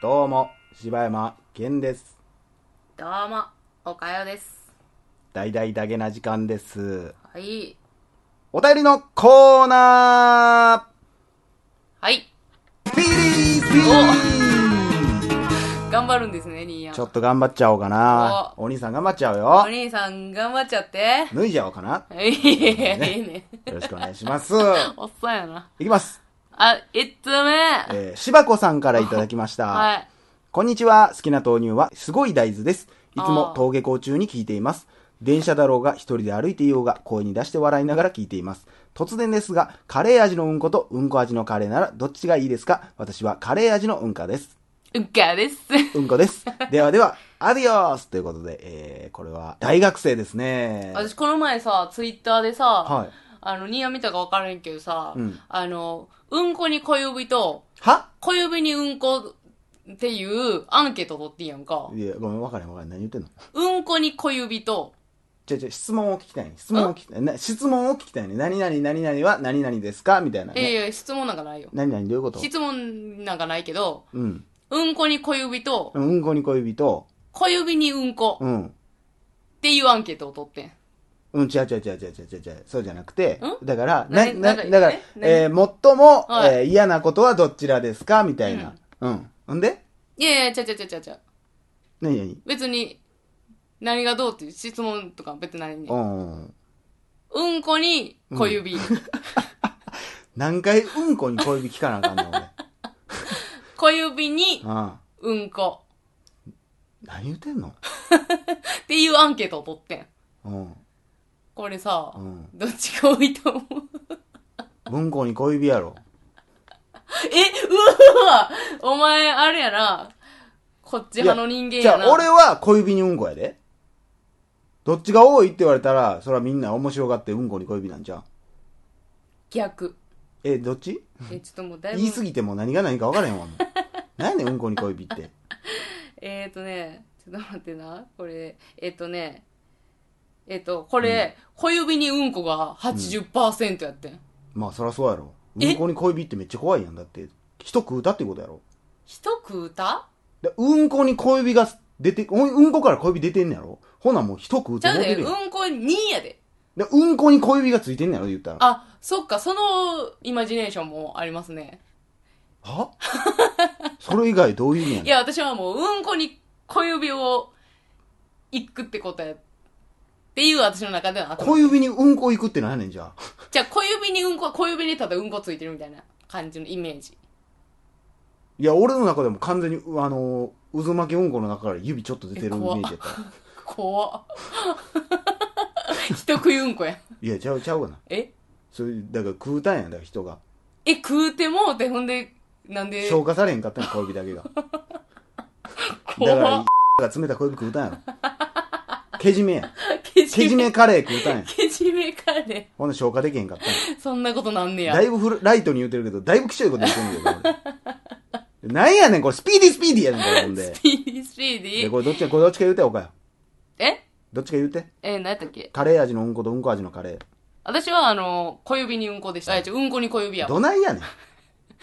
どうも、柴山健です。どうも、おかよです。大々だげな時間です。はい。お便りのコーナはい。ーピリーピリー頑張るんですね、ニーヤン。ちょっと頑張っちゃおうかな。お兄さん頑張っちゃおおうよ。兄さん、頑張っちゃって。脱いじゃおうかな。いえいえね。よろしくお願いします。おっさんやな。いきます。あ、一つ目えー、柴子さんからいただきました。 はい。こんにちは。好きな豆乳は、すごい大豆です。いつもあー登下校中に聞いています。電車だろうが、一人で歩いていようが、声に出して笑いながら聞いています。突然ですが、カレー味のうんこと、うんこ味のカレーなら、どっちがいいですか私はカレー味のうんかです。うっかです。うんこです。ではで は、アディオースということで、えー、これは、大学生ですね。私、この前さ、ツイッターでさ、はいあの、ニーヤン見たかわからへんけどさ、うんあの、うんこに小指と、は小指にうんこっていうアンケート取ってんやんか。いや、ごめん、わからへんわからへん。何言ってんのうんこに小指と、ちょちょ、質問を聞きたいね。質問を聞きたい。な質問を聞きたいね。何々、何々は何々ですかみたいな、いやいね。や、質問なんかないよ。何々どういうこと質問なんかないけど、うん。うんこに小指と、うんこに小指と、小指にうんこうん。っていうアンケートを取ってん。うん、違う違う違う違う違う違う。そうじゃなくて、んだから、な、何な、なんかだからえ、えー、最も、はいえー嫌なことはどちらですかみたいな。うん。ほんでいやいや、ちゃうちゃうちゃうちゃうちゃう。何何別に、何がどうっていう質問とか別にないねう。ん。うんこに小指。何回うんこに小指聞かなあかんの俺。 小指にうん。うんこ何言ってんのっていうアンケートを取ってん。うん。これさ、うんどっちが多いと思う うんこに小指やろ。え、うわお前、あれやな。こっち派の人間じやゃな。あ、俺は小指にうんこやで。どっちが多いって言われたら、それはみんな面白がってうんこに小指なんじゃん。逆。え、どっちえ、ちょっともうだいぶ。言い過ぎても何が何か分からへんわ。もう 何やねん、うんこに小指って。えーとね、ちょっと待ってな。これ、えーとね、えーと、これ、小指にうんこが80%やってん。まあ、そらそうやろ。うえんこに小指ってめっちゃ怖いやん。だって、人食うたってことやろ。人食うたでうんこに小指が出て、おいうんこから小指出てんねやろほなもう人食うちてゃう思っで、てるやん。うんこ2やで。で、うんこに小指がついてんねやろ言ったら。あ、そっか、そのイマジネーションもありますね。はそれ以外どういう意味やいねん。や、私はもう、うんこに小指をいくってことや。っていう私の中ではあった。小指にうんこ行くってなんやねんじゃあ。じゃあ、小指にうんこ、小指にただうんこついてるみたいな感じのイメージ。いや、俺の中でも完全に、うあのー、渦巻きうんこの中から指ちょっと出てるイメえ怖っージやった。怖っ。 人食いうんこや。いや、ちゃうちゃうわな。えそれ、だから食うたんやん、だから人が。え、食うてもうて、ほんで、なんで、消化されへんかったんや小指だけが。だ 怖っか。ら、が冷たい小指食うたんやろ。けじめやん。けけじじめ、めカレー食うたんや。けじめかね。ほんで消化できへんかったんや。そんなことなんねやだ。いぶフルライトに言うてるけど、だいぶきちょいこと言ってんだけど、俺。なんやねん、これスピーディースピーディーやねん、これほんで。で、 PCD? これどっちか、これどっちか言うて、おかよ。えどっちか言うて。え、何やったっけカレー味のうんことうんこ味のカレ私は、あの、小指にうんこでした。あ、違う、うんこに小指ー。や。どないやねん。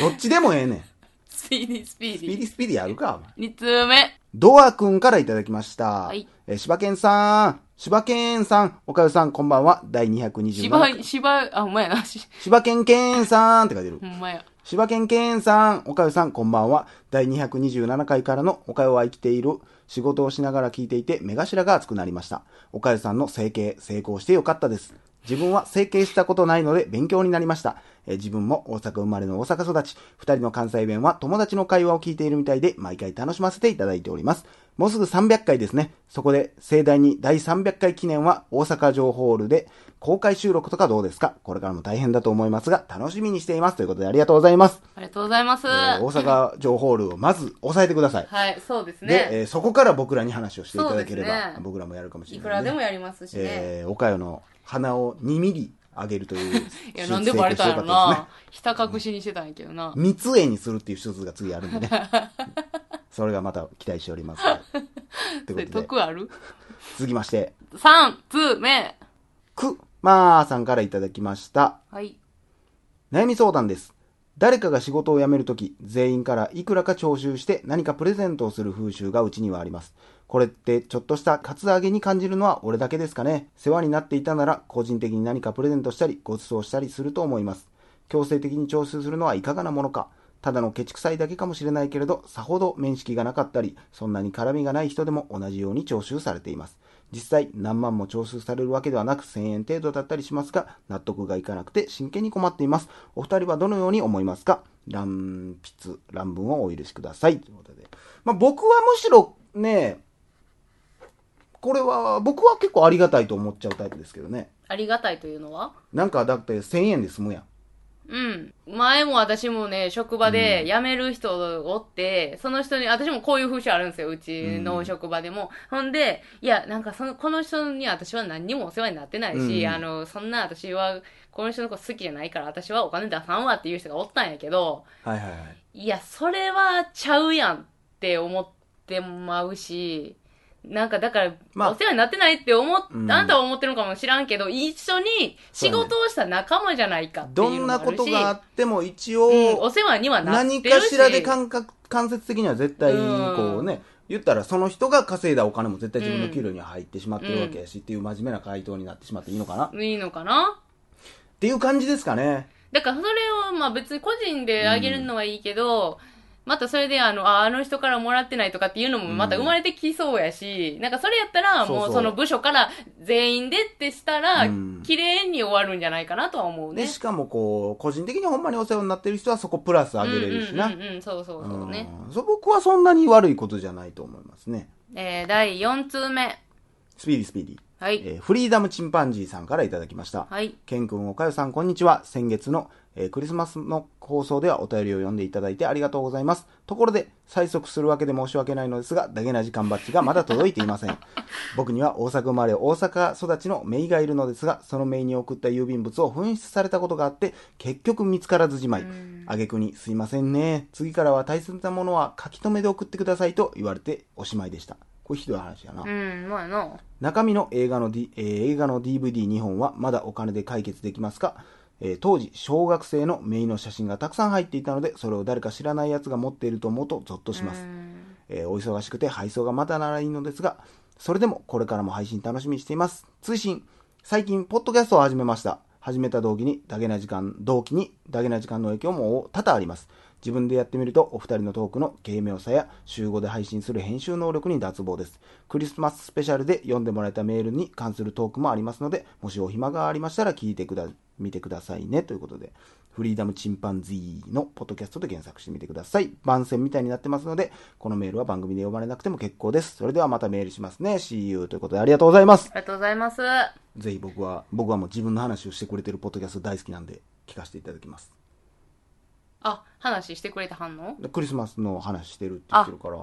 どっちでもええねん。スピーディー、スピースピデーィディースピーディーやるか、お前。ー。二通目。ドアくんからいただきました。はいえー、柴犬さん、柴犬さん、おかゆさん、こんばんは、第227芝、芝、あ、ほんまやな。 し柴犬犬さんって書いてるほ。んまや。柴犬犬さん、おかゆさん、こんばんは。第227回からのおかゆは生きている。仕事をしながら聞いていて、目頭が熱くなりました。おかゆさんの整形、成功してよかったです。自分は整形したことないので勉強になりました。えー自分も大阪生まれの大阪育ち。二人の関西弁は友達の会話を聞いているみたいで、毎回楽しませていただいております。もうすぐ300回ですね。そこで、盛大に第300回記念は大阪城ホールで公開収録とかどうですかこれからも大変だと思いますが、楽しみにしています。ということでありがとうございます。 ありがとうございます。えー大は阪城ホールをまず押さえてください。い、そうですで、 ね。えーそこから僕らに話をしていただけれそうでば、すね僕らもやるかもしれいない、くらでもやりますしね。えー、岡山の鼻を2ミリ上げるという いや、なんでバレたんや手術成功してろよかったですねな。ひた隠しにしてたんやけどな。三つ絵にするっていう手術が次あるんで ね。それがまた期待しております。とそいれうことで、得ある続きまして、三通目。くまーさんからいただきました。はい。悩み相談です。誰かが仕事を辞めるとき、全員からいくらか徴収して何かプレゼントをする風習がうちにはあります。これってちょっとしたカツアゲに感じるのは俺だけですかね。世話になっていたなら個人的に何かプレゼントしたりご馳走したりすると思います。強制的に徴収するのはいかがなものか。ただのケチくさいだけかもしれないけれど、さほど面識がなかったり、そんなに絡みがない人でも同じように徴収されています。実際、何万も徴収されるわけではなく1000円程度だったりしますが、納得がいかなくて真剣に困っています。お二人はどのように思いますか乱筆、乱文をお許しください。ということで。まあ、僕はむしろね、これは、僕は結構ありがたいと思っちゃうタイプですけどね。ありがたいというのはなんかだって1000円で済むやん。うん。前も私もね、職場で辞める人おって、その人に、私もこういう風習あるんですよ、うちうんの職場でも。ほんで、いや、なんかその、この人に私は何にもお世話になってないし、うんあの、そんな私は、この人のこと好きじゃないから、私はお金出さんわっていう人がおったんやけど、はいはいはい。いや、それはちゃうやんって思ってまうし、なんかだから、まあお世話になってないって思っ、うんあんたは思ってるのかもしらんけど、一緒に仕事をした仲間じゃないかってどいうんのもあなるし。ことがあっても一うん、お応、世話にはなってる何し。かしらで感覚、間接的には絶対うんこうね、言ったらその人が稼いだお金も絶対自分の給料には入ってしまってるわけやしっていう真面目な回答になってしまっていいのかなっいいのかなていう感じですかね。だからそれを、まあ別に個人であげるのはいいけど、またそれであの、ああの人からもらってないとかっていうのもまた生まれてきそうやし、なんかそれやったそらうそうもうその部署から全員でってしたらうん、綺麗に終わるんじゃないかなとは思うで、ね。しかもこう、個人的にほんまにお世話になってる人はそこプラスあげれるしな。うんうんうんうん、そうそうそうね。うんそう僕はそんなに悪いことじゃないと思いますね。えー、第4通目。スピーディースピーディー。はい。えーフリーダムチンパンジーさんからいただきました。はい。ケン君、おかよさん、こんにちは。先月の、えークリスマスの放送ではお便りを読んでいただいてありがとうございます。ところで、催促するわけで申し訳ないのですが、ダゲな時間バッジがまだ届いていません。 僕には大阪生まれ、大阪育ちの姪がいるのですが、その姪に送った郵便物を紛失されたことがあって、結局見つからずじまい。あげくに、すいませんね。次からは大切なものは書き留めで送ってくださいと言われておしまいでした。これひどい話やな。うん、まあな。中身の映画の、D えー映画の DVD2 本はまだお金で解決できますか、えー当時、小学生のメイの写真がたくさん入っていたので、それを誰か知らない奴が持っていると思うとゾッとします。うんえーお忙しくて配送がまだならいいのですが、それでもこれからも配信楽しみにしています。追伸最近、ポッドキャストを始めました。始めた動機に、ダゲな時間、動機に、ダゲな時間の影響も多々あります。自分でやってみると、お二人のトークの軽妙さや、週5で配信する編集能力に脱帽です。クリスマススペシャルで読んでもらえたメールに関するトークもありますので、もしお暇がありましたら聞いてくだ、見てくださいね。ということで、フリーダムチンパンジーのポッドキャストで検索してみてください。番宣みたいになってますので、このメールは番組で読まれなくても結構です。それではまたメールしますね。See you ということでありがとうございますあ。りがとうございます。ぜひ僕は、僕はもう自分の話をしてくれてるポッドキャスト大好きなんで、聞かせていただきます。あ、話してくれた反応でクリスマスの話してるって言ってるから、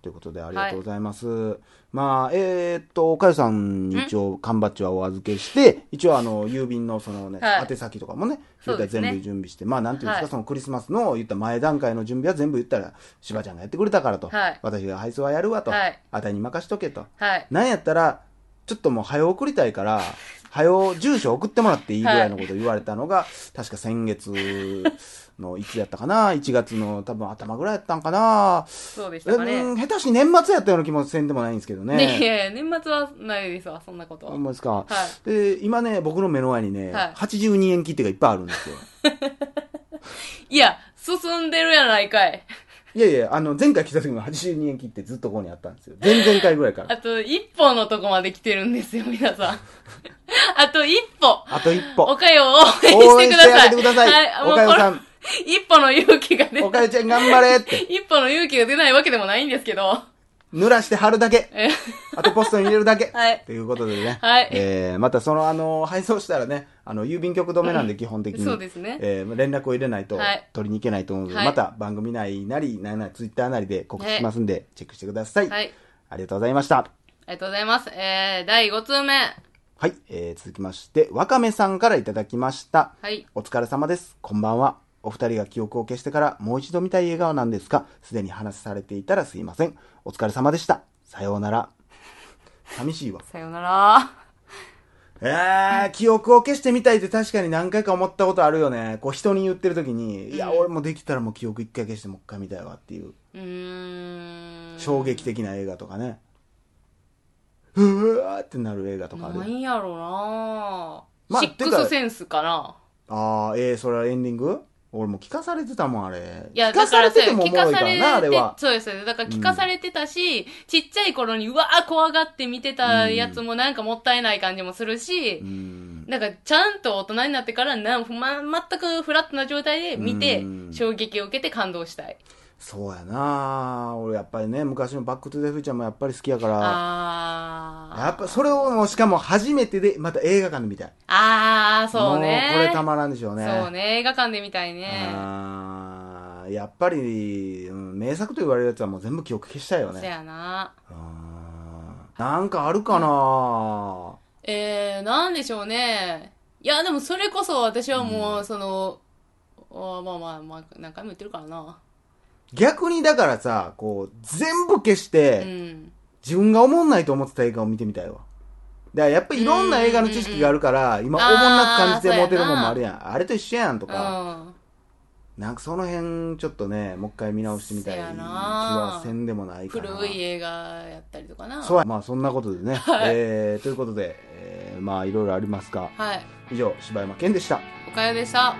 ということでありがとうございます。まあ、えー、っと、おかゆさんに一応、缶バッジはお預けして、一応あの、郵便のそのね、はい宛先とかもね、そうですね全部準備して、まあ、なんていうんですか、はいそのクリスマスの言った前段階の準備は全部言ったら、しばちゃんがやってくれたからと、はい私が配送はやるわと、はいあたいに任しとけと。はい。なんやったら、ちょっともう早送りたいから、早う住所送ってもらっていいぐらいのことを言われたのが、確か先月のいつやったかな、1月の多分頭ぐらいやったんかな、そうでしたかね。うん下手し年末やったような気もせんでもないんですけどねいね。やいや 年末はないですわ、そんなことほは。んまですか、はで今ね、僕の目の前にね、はい82円切手がいっぱいあるんですよ。いや、進んでるやないかい。いやいや、あの、前回来た時も82円切手ずっとここにあったんですよ。前々回ぐらいから。あと一歩のとこまで来てるんですよ、皆さん。あと一歩。あと一お歩。かよを応応援援ししてくだてさあい。げてください。はい、おかよさ、もうんこれ一歩の勇気が出おかよちゃん頑張れって。一歩の勇気が出ないわけでもないんですけど。濡らして貼るだけ。えあとポストに入れるだけ。はいということでね。はいえー、またその、あの、配送したらね、あの、郵便局止めなんで基本的に。そうですねえー連絡を入れないとはい、取りに行けないと思うので、はいまた番組内なり、なんなり、ツイッターなりで告知しますんで、チェックしてください。はい。ありがとうございました。ありがとうございます。えー、第5通目。はい、えー、続きまして、わかめさんからいただきました。はい。お疲れ様です。こんばんは。お二人が記憶を消してからもう一度見たい映画は何ですかすでに話されていたらすいません。お疲れ様でした。さようなら。寂しいわ。さよなら。えー、記憶を消してみたいって確かに何回か思ったことあるよね。こう人に言ってる時に、いや、うん俺もできたらもう記憶一回消してもう一回見たいわっていう、うーん。衝撃的な映画とかね。うわーってなる映画とかあるよなんやろうなまあシックスセンスかな。ああ、えー、それはエンディング俺も聞かされてたもん、あれ。いや、聞かださかれらててもおもろいからな、あれは。そうです、そうです。だから聞かされてたし、ちっちゃい頃にうわー怖がって見てたやつもなんかもったいない感じもするし、うん。なんか、ちゃんと大人になってからなん、ま、全くフラットな状態で見てう、ん衝撃を受けて感動したい。そうやな俺やっぱりね、昔のバックトゥザフューチャーもやっぱり好きやから、あー。やっぱそれをもうしかも初めてで、また映画館で見たい。あー、そうね。もうこれたまらんでしょうね。そうね。映画館で見たいね。あーやっぱり、うん名作と言われるやつはもう全部記憶消したいよそね。やな。あーなんかあるかなえー、なんでしょうね。いや、でもそれこそ私はもう、その、あーまあまあまあ、何回も言ってるからな。逆にだからさ、こう、全部消しうて、ん。自分がおもんないと思ってた映画を見てみたいわ。だからやっぱりいろんな映画の知識があるから、今おもんなく感じて持てるもんもあるやん。あれと一緒やんとうか、ん。なんかその辺ちょっとね、もう一回見直してみたいせ気やなはせんでもないかな。古い映画やったりとかな。そうやまあそんなことでね。はいえーということで、えーまあいろいろありますが、はい。以上、柴山健でした。おかよでした。